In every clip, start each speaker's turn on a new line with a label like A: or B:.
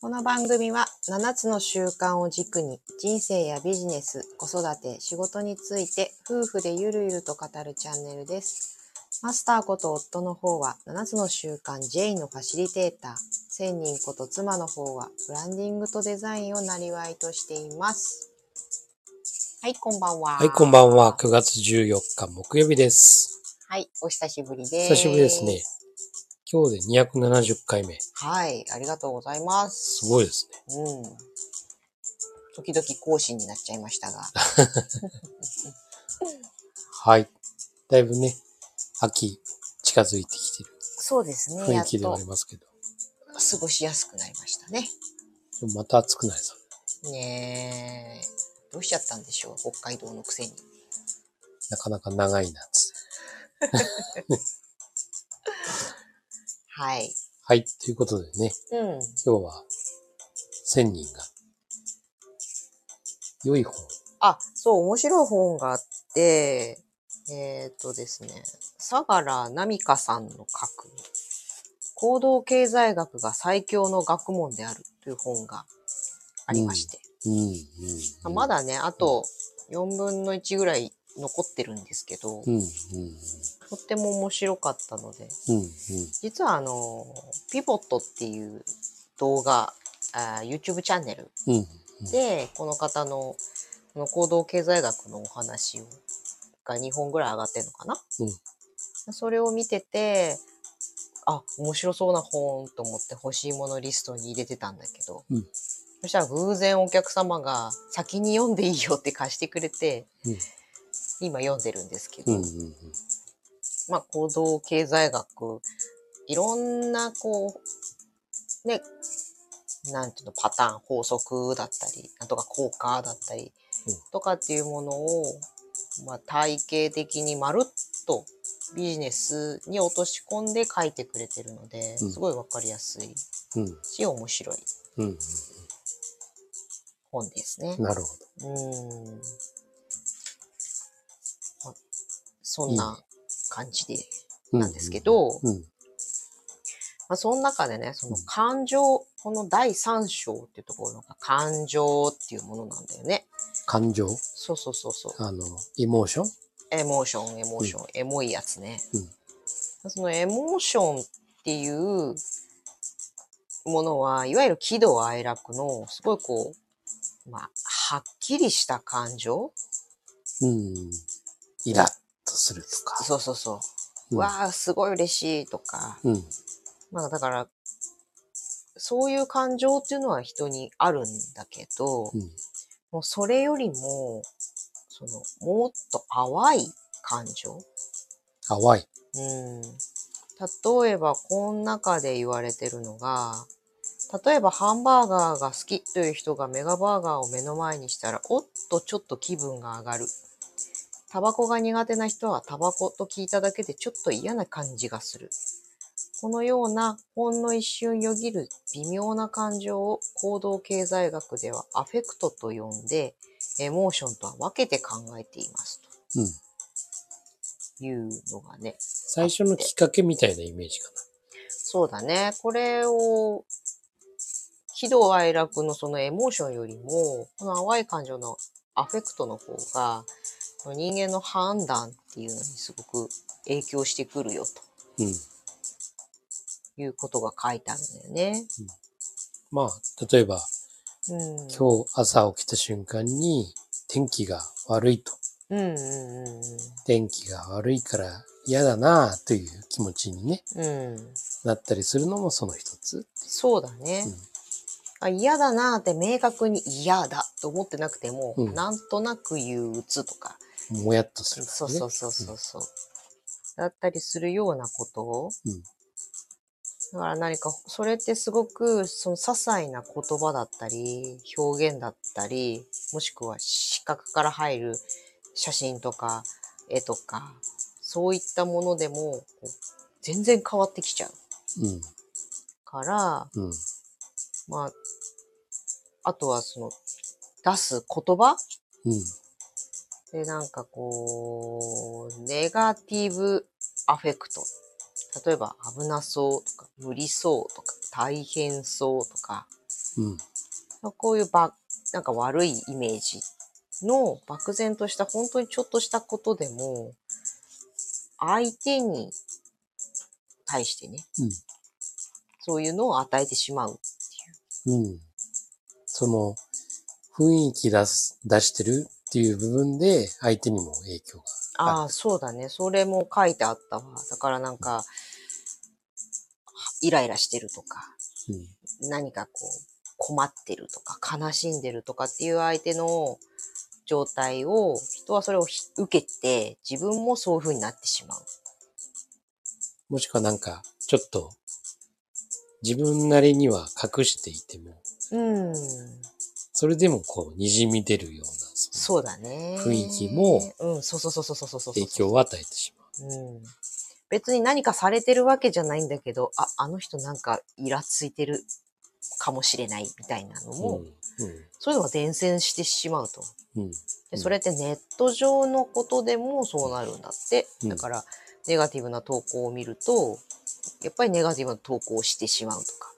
A: この番組は7つの習慣を軸に人生やビジネス、子育て、仕事について夫婦でゆるゆると語るチャンネルです。マスターこと夫の方は7つの習慣 J のファシリテーター、千人こと妻の方はブランディングとデザインをなりわいとしています。はい、こんばんは。
B: はい、こんばんは。。9月14日木曜日です。
A: はい、お久しぶりです。
B: 久しぶりですね。。今日で270回目。
A: はい、ありがとうございます。
B: すごいですね。
A: うん。時々講師になっちゃいましたが。
B: はい。だいぶね、秋近づいてきてる
A: そうですね。
B: 雰
A: や
B: 囲
A: っ
B: 気では
A: と
B: ありますけど。
A: 過ごしやすくなりましたね。
B: でもまた暑くなりそ
A: ねえ。どうしちゃったんでしょう北海道のくせに。
B: う。なかなか長い夏。
A: はい。
B: はい、ということでね、
A: うん。
B: 今日は1000人が良い方。
A: あ、そう、面白い本があって、えっ、とですね、相良奈美香さんの書く、行動経済学が最強の学問であるという本がありまして。
B: うん、うん
A: まあ
B: うん。
A: まだね、あと4分の1ぐらい残ってるんですけど、
B: うん、うん、
A: とっても面白かったので、
B: うん、うん。
A: 実はあの、ピボットっていう動画、あー YouTube チャンネル
B: うん、
A: で、この方のこの行動経済学のお話をが2本ぐらい上がってるのかな、それを見てて、あ、面白そうな本と思って欲しいものリストに入れてたんだけど、
B: うん
A: そしたら偶然お客様が先に読んでいいよって貸してくれて、
B: うん
A: 今読んでるんですけ
B: う
A: ど、
B: ん、うん、うん。
A: まあ、行動経済学、いろんな、こう、ね、なんていうの、パターン、法則だったり、なんとか効果だったり
B: うん、
A: とかっていうものを、まあ、体系的にまるっとビジネスに落とし込んで書いてくれてるので、
B: うん
A: すごいわかりやすい
B: うん、
A: し、面白い
B: うん、
A: 本ですね
B: うん。。なるほど。
A: うーん。まあそんな感じで。
B: う
A: なんですけど
B: うん、
A: まあ、その中でね、その
B: うん
A: 感情、この第3章っていうところが感情っていうものなんだよね。
B: 感情
A: そうそうそうそう。
B: あの、エモーション
A: エモーション、エモーション、エモいやつね。そのエモーションっていうものは、いわゆる喜怒哀楽の、すごいこう、まあ、はっきりした感情
B: うん。イラッとするとか。
A: そうそうそう。
B: うん
A: わあ、すごい嬉しいとか。
B: うん。
A: まあだから、そういう感情っていうのは人にあるんだけど、
B: うん。
A: もうそれよりも、その、もっと淡い感情。
B: 淡い。
A: うん。例えば、この中で言われてるのが、例えばハンバーガーが好きという人がメガバーガーを目の前にしたら、おっとちょっと気分が上がる。タバコが苦手な人はタバコと聞いただけでちょっと嫌な感じがする。このようなほんの一瞬よぎる微妙な感情を行動経済学ではアフェクトと呼んで、エモーションとは分けて考えています
B: うん。
A: というのがね、
B: 最初のきっかけみたいなイメージか
A: そうだね。これを、喜怒哀楽のそのエモーションよりも、この淡い感情のアフェクトの方が、この人間の判断っていうのにすごく影響してくるよと
B: な。うん。
A: いうことが書いてあるんだよね。
B: まあ、例えば、
A: うん。
B: 今日朝起きた瞬間に、天気が悪いと。
A: うんうんうん
B: 天気が悪いから嫌だなあという気持ちにね、
A: うん。うん。
B: なったりするのもその一つ。
A: そうだね
B: うん。
A: あ嫌だなーって明確に嫌だと思ってなくても、
B: うん
A: なんとなく憂鬱とか、
B: もやっとする、ね。
A: そうそうそうそうそう。だったりするようなことを。
B: うん
A: だから何か、それってすごく、その些細な言葉だったり、表現だったり、もしくは視覚から入る写真とか、絵とか、そういったものでも、こう全然変わってきちゃうから、
B: うん。うん。
A: まあ、あとはその、出す言葉
B: うん。
A: で、なんかこう、ネガティブアフェクト。例えば、危なそうとか、無理そうとか、大変そうとか、
B: うん。
A: こういうば、なんか悪いイメージの漠然とした、本当にちょっとしたことでも、相手に対してね、
B: うん
A: そういうのを与えてしまう。
B: うん。その、雰囲気出す、出してるっていう部分で、相手にも影響が。
A: ああ、そうだね。それも書いてあったわ。だからなんか、イライラしてるとか、
B: うん。
A: 何かこう、困ってるとか、悲しんでるとかっていう相手の状態を、人はそれをひ受けて、自分もそういう風になってしまう。
B: もしくはなんか、ちょっと、自分なりには隠していても、
A: うん、
B: それでもこう、滲み出るような、そ
A: そうだね。
B: 雰囲気も、
A: うん、そうそうそうそうそうそうそう
B: の影響を与えてしまう。
A: うん。別に何かされてるわけじゃないんだけど、あ、あの人なんかイラついてるかもしれないみたいなのも、
B: う
A: そういうのが伝染してしまうと。
B: ん。うん。う
A: で
B: ん
A: それってネット上のことでもそうなるんだって、
B: うん
A: だからネガティブな投稿を見るとやっぱりネガティブな投稿をしてしまうとか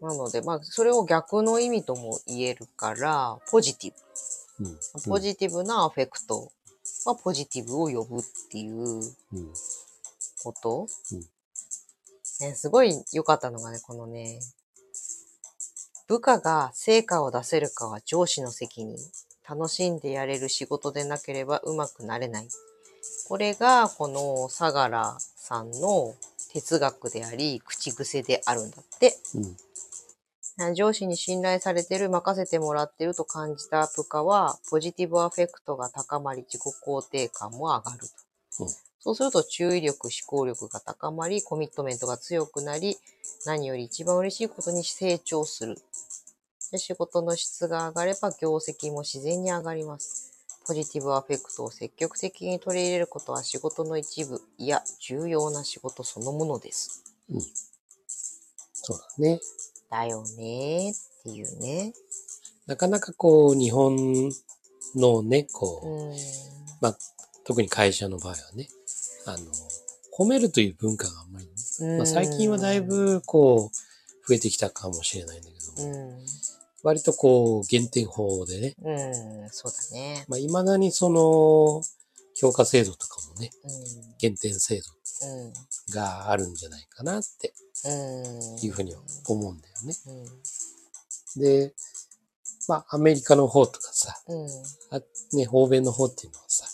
B: うん。
A: なのでまあそれを逆の意味とも言えるからポジティ
B: うん。
A: ブポジティブなアフェクトはポジティブを呼ぶっていう
B: うん。
A: こと、
B: うん
A: ね、すごい良かったのがねこのね部下が成果を出せるかは上司の責任楽しんでやれる仕事でなければうまくなれないこれがこの相良さんの哲学であり口癖であるんだって
B: うん。
A: 上司に信頼されてる、任せてもらってると感じた部下は、ポジティブアフェクトが高まり、自己肯定感も上がると。
B: うん
A: そうすると、注意力、思考力が高まり、コミットメントが強くなり、何より一番嬉しいことに成長する。で仕事の質が上がれば、業績も自然に上がります。ポジティブアフェクトを積極的に取り入れることは仕事の一部、いや、重要な仕事そのものです。
B: そうだね。
A: だよねーっていうね。
B: なかなかこう、日本のね、こう、
A: うん
B: まあ、特に会社の場合はね、あの、褒めるという文化があんまりね、まあ、最近はだいぶこう、増えてきたかもしれないんだけ
A: う
B: ども、
A: ん、
B: 割とこう、減点法でね、
A: うん、そうだね。
B: まあ、未だにその、評価制度とかもね、
A: うん、
B: 減点制
A: うん、
B: 度があるんじゃないかなって
A: うん。
B: いうふうには思うんだよね。
A: うん、
B: で、まあ、アメリカの方とかさ、
A: うん、
B: あね、欧米の方っていうのはさ、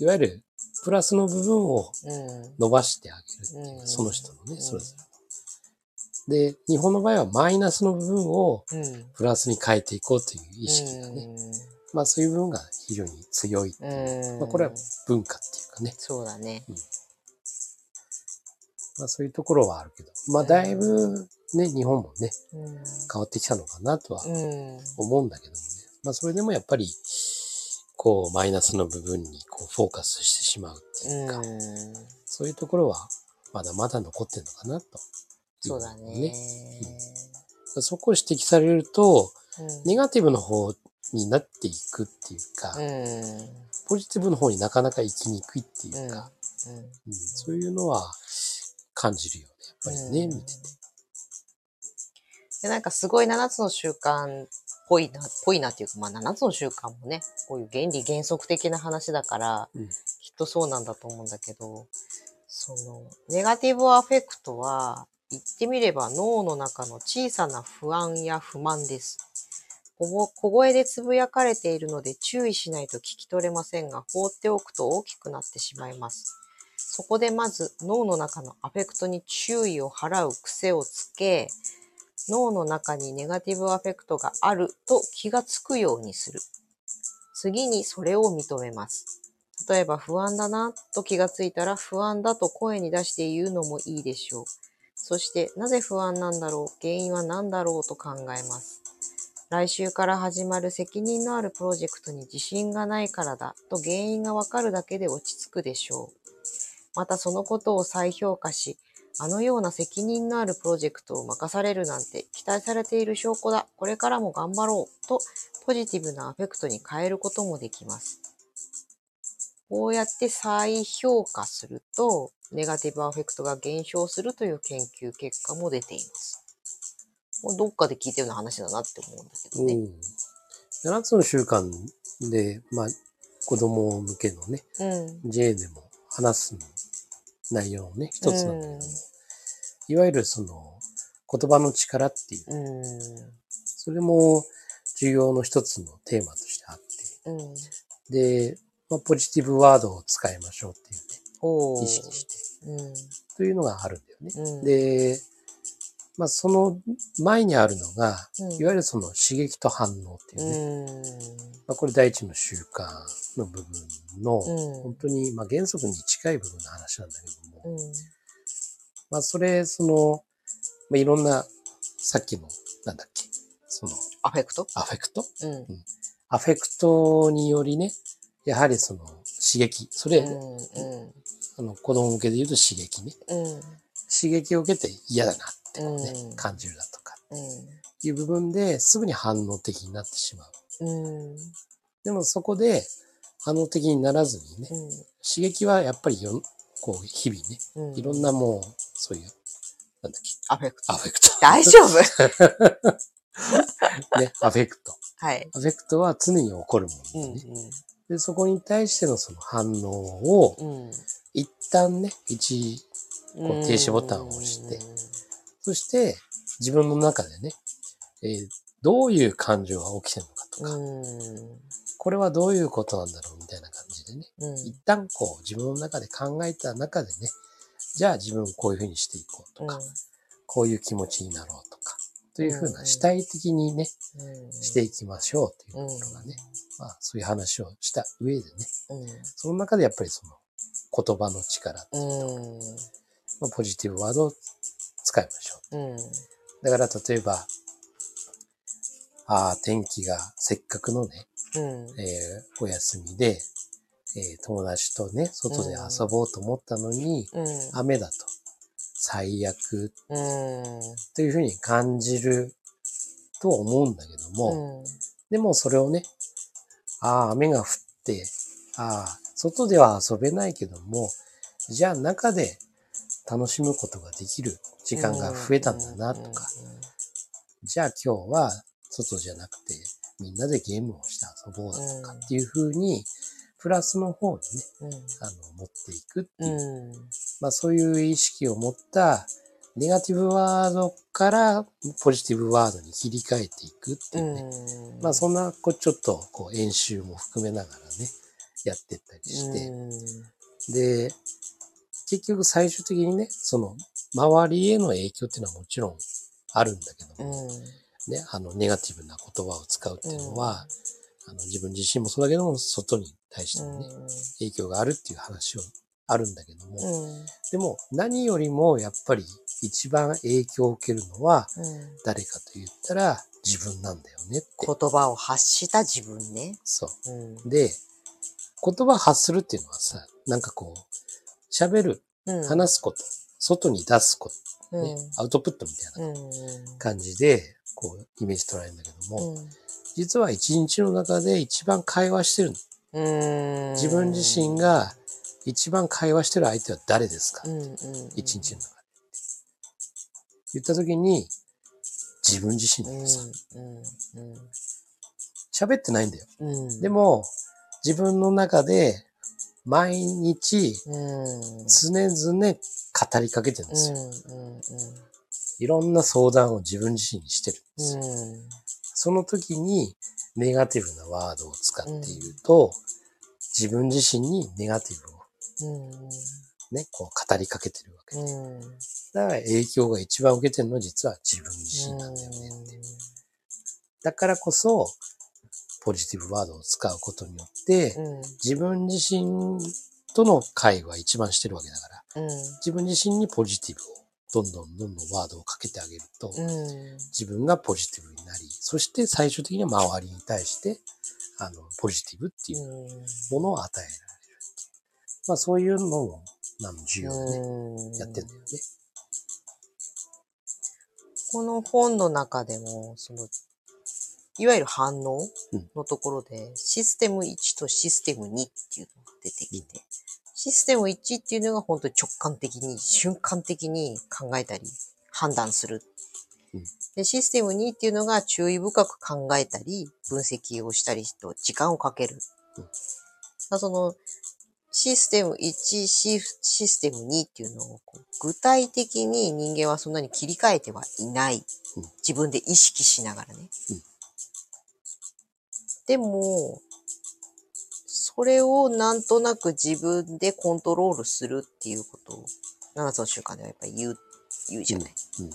B: いわゆるプラスの部分を
A: うん、
B: 伸ばしてあげるってい
A: う
B: うか、
A: ん
B: その人の
A: う
B: ね、
A: ん
B: それぞれの。で、日本の場合はマイナスの部分を
A: うん。
B: プラスに変えていこうという意識がね、まあそういう部分が非常に強いっていう
A: うん
B: まあこれは文化っていうかね、
A: そうだね。
B: まあそういうところはあるけど、まあだいぶね、日本もね、
A: うん、
B: 変わってきたのかなとは
A: うん、
B: 思うんだけどもね、まあそれでもやっぱり、こうマイナスの部分にこうフォーカスしてしまうっていうか、
A: うん。
B: そういうところはまだまだ残ってるのかなと。
A: そうだね
B: ね。そこを指摘されると、
A: うん
B: ネガティブの方になっていくっていうか、
A: うん、
B: ポジティブの方になかなか行きにくいっていう
A: うん
B: か、うんそういうのは感じるよね。やっぱりね、
A: うん
B: 見てて。
A: でなんかすごい7つの習慣っぽいな、ぽいなっていうか、まあ7つの習慣もね、こういう原理原則的な話だから、
B: うん
A: きっとそうなんだと思うんだけど、その、ネガティブアフェクトは、言ってみれば脳の中の小さな不安や不満です。小ご小声でつぶやかれているので注意しないと聞き取れませんが、放っておくと大きくなってしまいます。そこでまず脳の中のアフェクトに注意を払う癖をつけ、脳の中にネガティブアフェクトがあると気がつくようにする。次にそれを認めます。例えば不安だなと気がついたら不安だと声に出して言うのもいいでしょう。そしてなぜ不安なんだろう原因は何だろうと考えます。来週から始まる責任のあるプロジェクトに自信がないからだと原因がわかるだけで落ち着くでしょう。またそのことを再評価し、あのような責任のあるプロジェクトを任されるなんて期待されている証拠だ。これからも頑張ろう。と、ポジティブなアフェクトに変えることもできます。こうやって再評価すると、ネガティブアフェクトが減少するという研究結果も出ています。もうどっかで聞いたような話だなって思うんだけど
B: う
A: ね。
B: ん。7つの習慣で、まあ、子供向けのね、
A: うん。
B: J でも話す内容のね、一つなんだけども、
A: うん
B: いわゆるその、言葉の力っていう、
A: うん。
B: それも授業の一つのテーマとしてあっ
A: うん。
B: て、で、まあ、ポジティブワードを使いましょうっていう
A: おー
B: ね、意識して、
A: うん。
B: というのがあるんだよね。
A: うん。
B: で、まあ、その前にあるのが、
A: うん、
B: いわゆるその刺激と反応っていうね、まあ、これ第一の習慣の部分の、
A: うん。
B: 本当にまあ原則に近い部分の話なんだけども、
A: うん。
B: まあ、それ、その、まあ、いろんな、さっきの、なんだっけ、その、
A: アフェクト
B: アフェクト
A: うん。
B: アフェクトによりね、やはりその刺激、それ、
A: うん。うん。
B: あの子供向けで言うと刺激ね。
A: うん。
B: 刺激を受けて嫌だなってこうね、
A: うん
B: 感じるだとか
A: うん。
B: いう部分ですぐに反応的になってしまう。
A: うん。
B: でもそこで反応的にならずにね、刺激はやっぱりよこう日々ね、
A: うん。
B: いろんなもう、そういう、なんだっけ、
A: アフェクト。
B: アフェ クト。
A: 大丈夫
B: ね、アフェクト。
A: はい。
B: アフェクトは常に起こるも
A: うん
B: のでね、で、そこに対してのその反応を、
A: うん。
B: 一旦ね、一
A: うん。
B: こう停止ボタンを押してそして、自分の中でね、えーどういう感情が起きてるのかと
A: う
B: か、
A: ん。
B: これはどういうことなんだろうみたいな感じでね、
A: うん。
B: 一旦こう自分の中で考えた中でね、じゃあ自分こういうふうにしていこうとか、こういう気持ちになろうとか、というふう
A: うんう
B: なん主体的にね、
A: うん。
B: していきましょうというところがね、まあそういう話をした上でね、
A: うん。
B: その中でやっぱりその言葉の力、
A: うん。
B: まあポジティブワードを使いましょう。
A: うん。
B: だから例えば、ああ、天気がせっかくのね、
A: うん。
B: えーお休みで、えー友達とね、外で遊ぼうと思ったのに、
A: うん。
B: 雨だと最悪
A: うん。
B: というふうに感じるとは思うんだけども、
A: うん。
B: でもそれをね、ああ、雨が降って、ああ、外では遊べないけども、じゃあ中で楽しむことができる時間が増えたんだなとか、じゃあ今日は外じゃなくてみんなでゲームをして遊ぼうだとかっていう風に、プラスの方にね、
A: うん。
B: あの、持っていくって
A: う
B: いう、
A: ん。うん。
B: まあそういう意識を持ったネガティブワードからポジティブワードに切り替えていくっていうね。
A: うん。
B: まあそんな、こうちょっとこう演習も含めながらね、やってったりして、
A: う
B: で、結局最終的にね、その周りへの影響っていうのはもちろんあるんだけど
A: ん。
B: も、
A: うん。
B: ね、あの、ネガティブな言葉を使うっていうのは、あの、自分自身もそうだけども、外に対してもね、影響があるっていう話をあるんだけども、
A: うん。
B: でも、何よりもやっぱり一番影響を受けるのは、
A: うん。
B: 誰かと言ったら自分なんだよねって。
A: 言葉を発した自分ね。
B: そ
A: うん。
B: う。で、言葉発するっていうのはさ、なんかこう、喋る、
A: うん
B: 話すこと、外に出すこと、ね
A: うん
B: アウトプットみたいな
A: うん。
B: 感じで、こう、イメージ捉えるんだけども、
A: うん
B: 実は一日の中で一番会話してるの。
A: うん。
B: 自分自身が一番会話してる相手は誰ですか
A: うんうんうん
B: 一日の中で。言った時に、自分自身だよさ。
A: うんうん
B: 喋ってないんだよ。
A: うんうん
B: でも、自分の中で毎日
A: うんうん
B: 常々語りかけてるんですよ。
A: うん
B: いろんな相談を自分自身にしてるんですよ。
A: うん
B: その時にネガティブなワードを使って言うと、自分自身にネガティブを
A: うん
B: ね、こう語りかけてるわけ。
A: うん
B: だから影響が一番受けてるのは実は自分自身なんだよねっていう。だからこそ、ポジティブワードを使うことによって、
A: うん
B: 自分自身との会話一番してるわけだから、自分自身にポジティブを、どんどんどんどんワードをかけてあげると、
A: うん
B: 自分がポジティブになり、そして最終的には周りに対して、あの、ポジティブっていうものを与えられる。まあそういうのも、あの、重要でね、
A: うん
B: やってんだよね。
A: この本の中でも、その、いわゆる反応
B: うん
A: のところで、システム1とシステム2っていうのが出てきて。システム1っていうのが本当に直感的に、瞬間的に考えたり、判断する
B: うん。
A: で、システム2っていうのが注意深く考えたり、分析をしたりと時間をかける。
B: うん
A: だからその、システム1、シフシステム2っていうのをこう具体的に人間はそんなに切り替えてはいない
B: うん。
A: 自分で意識しながらね
B: うん。
A: でも、それをなんとなく自分でコントロールするっていうことを、7つの習慣ではやっぱり言う、言うじゃない。
B: うんうん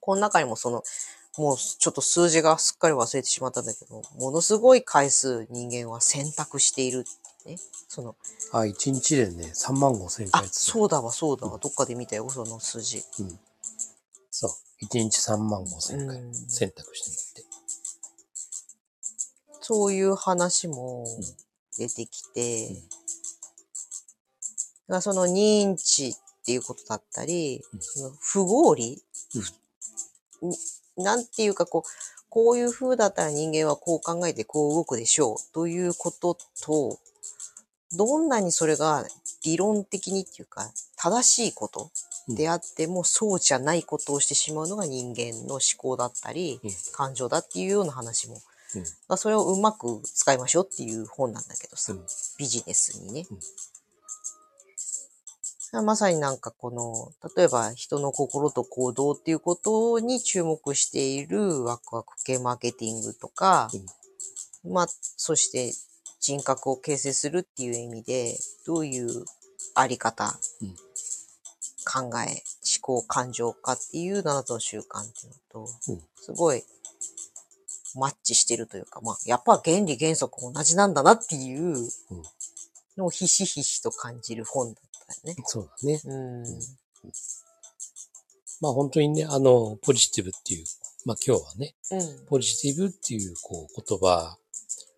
A: この中にもその、もうちょっと数字がすっかり忘れてしまったんだけど、ものすごい回数人間は選択しているってね。その、
B: あ、1日でね、3万5千
A: あ
B: 回、ずつ。
A: そうだわ、そうだわ、どっかで見たよ、その数字。
B: うん。そう。1日3万5千回
A: うん
B: 選択してみて。
A: そういう話も出てきて、
B: うん
A: だからその認知っていうことだったり、
B: うん
A: その不合理、になんていうかこう、こういう風だったら人間はこう考えてこう動くでしょうということと、どんなにそれが理論的にっていうか正しいことであってもそうじゃないことをしてしまうのが人間の思考だったり
B: うん
A: 感情だっていうような話も
B: うん。
A: まあ、それをうまく使いましょうっていう本なんだけどさ、
B: うん
A: ビジネスにね
B: うん。
A: まあまさになんかこの、例えば人の心と行動っていうことに注目しているワクワク系マーケティングとか、まあ、そして人格を形成するっていう意味で、どういうあり方、
B: うん
A: 考え、思考、感情かっていう7つの習慣っていうのと、
B: うん
A: すごいマッチしてるというか、まあ、やっぱ原理原則同じなんだなっていうのをひしひしと感じる本だったよね。
B: そうだね。
A: うん。
B: まあ本当にね、あの、ポジティブっていう、まあ今日はね、
A: うん。
B: ポジティブっていうこう言葉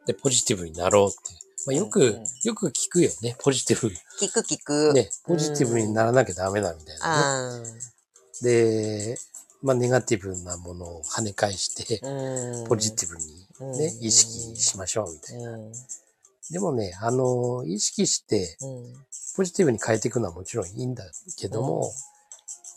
B: でポジティブになろうっていう。まあ、よく、
A: うんうん
B: よく聞くよね、ポジティブ。
A: 聞く聞く。
B: ね、ポジティブにならなきゃダメだみたいな、ね。
A: あ
B: で、まあネガティブなものを跳ね返して
A: あ、、うん。
B: ポジティブにね、
A: うん
B: 意識しましょうみたいな。
A: うん。
B: でもね、あの、意識して
A: うん。
B: ポジティブに変えていくのはもちろんいいんだけども、
A: うん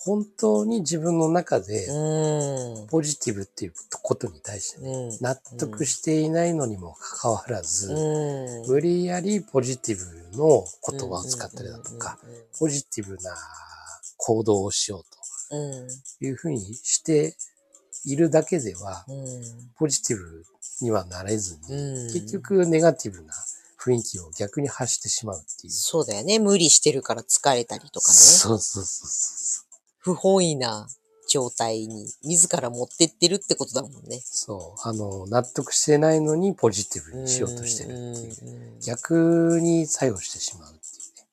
B: 本当に自分の中で
A: うん。
B: ポジティブっていうことに対してね、
A: うん
B: 納得していないのにもかかわらず、
A: うん。
B: 無理やりポジティブの言葉を使ったりだとか、ポジティブな行動をしよう
A: うん。うん。
B: というふうにしているだけでは、
A: うん。
B: ポジティブにはなれずに、
A: うん
B: 結局ネガティブな雰囲気を逆に発してしまうっていう。
A: そうだよね。無理してるから疲れたりとかね。
B: そうそうそうそう。
A: 不本意な状態に自ら持ってってるってことだもんね。
B: そう。あの、納得してないのにポジティブにしようとしてるっていう。
A: うん。
B: 逆に作用してしまうっていうね、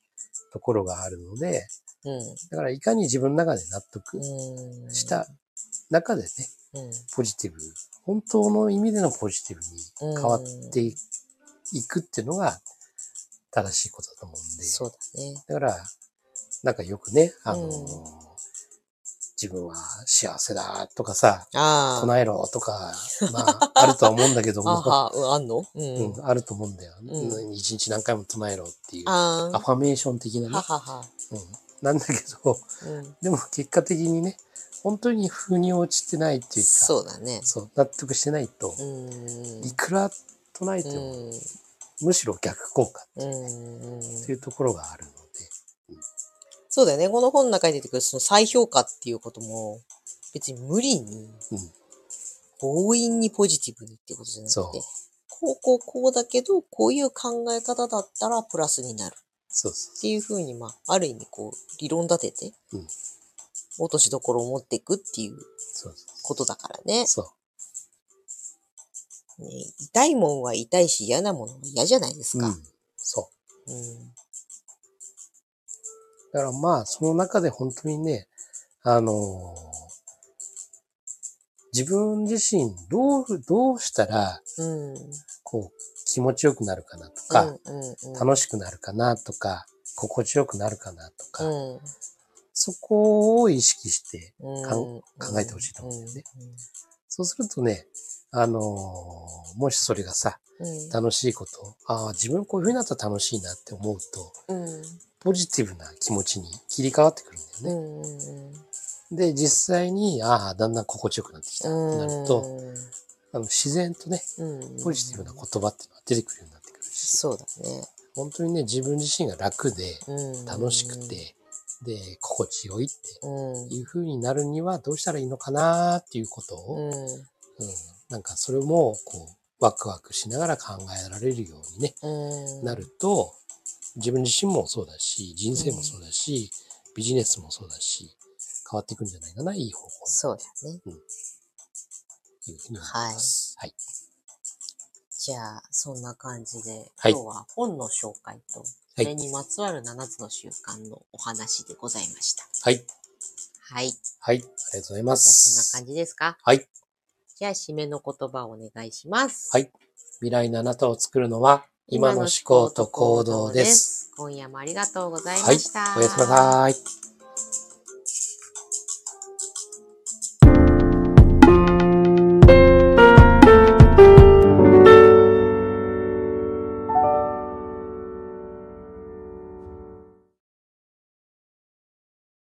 B: ところがあるので、だからいかに自分の中で納得
A: うん。うん
B: した。中でね、
A: うん。
B: ポジティブ、本当の意味でのポジティブに変わっていくっていうのが正しいことだと思うんで、
A: そうだね。
B: だから、なんかよくね、あ
A: う
B: の、
A: ん
B: 自分は幸せだとかさ、
A: ああ。
B: 唱えろとか、まあ、あるとは思うんだけど
A: あ
B: も、
A: は、うんあんのう
B: うん
A: ん。
B: あると思うんだよ。
A: うん
B: 一日何回も唱えろっていう、
A: あ
B: アファメーション的な
A: あ。
B: ね
A: は、はは。
B: うんなんだけど、
A: うん。
B: でも結果的にね、本当に腑に落ちてないっていうか、
A: そうだね。
B: そう納得してないと、
A: うん。
B: いくら唱えても、
A: うん。
B: むしろ逆効果
A: うん。
B: っていうところがあるので、
A: そうだよね。この本の中に出てくるその再評価っていうことも、別に無理に、
B: うん
A: 強引にポジティブにっていうことじゃなく
B: そ
A: て
B: う、
A: こうこうこうだけど、こういう考え方だったらプラスになる
B: そうそ
A: っていうふうに、まあ、ある意味こう、理論立てて、
B: うん
A: 落としどころを持っていくっていう
B: うそうそ
A: ことだからね
B: う。そ
A: ね痛いもんは痛いし、嫌なものは嫌じゃないです
B: う、う
A: か。
B: ん、そ
A: うん
B: うだからまあその中で本当にねあのー自分自身どうどうしたら
A: うん。
B: こう気持ちよくなるかなとか、
A: うんうんうん、
B: 楽しくなるかなとか心地よくなるかなとか、
A: うん
B: そこを意識して
A: うん
B: かん考えてほしいと思うんだよね
A: うんうん
B: そうするとねあのーもしそれがさ、
A: うん
B: 楽しいこと、ああ、自分こういう風になったら楽しいなって思うと、
A: うん
B: ポジティブな気持ちに切り替わってくるんだよ
A: う
B: ね。
A: んうん
B: で、実際に、ああ、だんだん心地よくなってきたってなると、あの自然とね、
A: うん
B: ポジティブな言葉っていうのは出てくるようになってくるし、
A: そうだね
B: 本当にね、自分自身が楽で、
A: うん
B: 楽しくて、で、心地よいって
A: うん
B: いう風になるにはどうしたらいいのかなっていうことを、
A: うん
B: うん、なんかそれも、こう、ワクワクしながら考えられるようにね、
A: うん
B: なると、自分自身もそうだし、人生もそうだし、ビジネスもそうだし、変わっていくんじゃないかな、いい方法
A: そうだね
B: というふうに思います。はい。
A: じゃあそんな感じで、
B: はい
A: 今日は本の紹介とそ
B: はい
A: れにまつわる7つの習慣のお話でございました
B: はい。
A: はいじゃ
B: はい。ありがとうございま
A: あ
B: す。
A: そんな感じですか
B: はい。
A: じゃあ締めの言葉をお願いします
B: はい未来のあなたを作るのは、今の思考と行動です。
A: 今夜もありがとうございま
B: はい
A: した、。
B: おやすみなさい。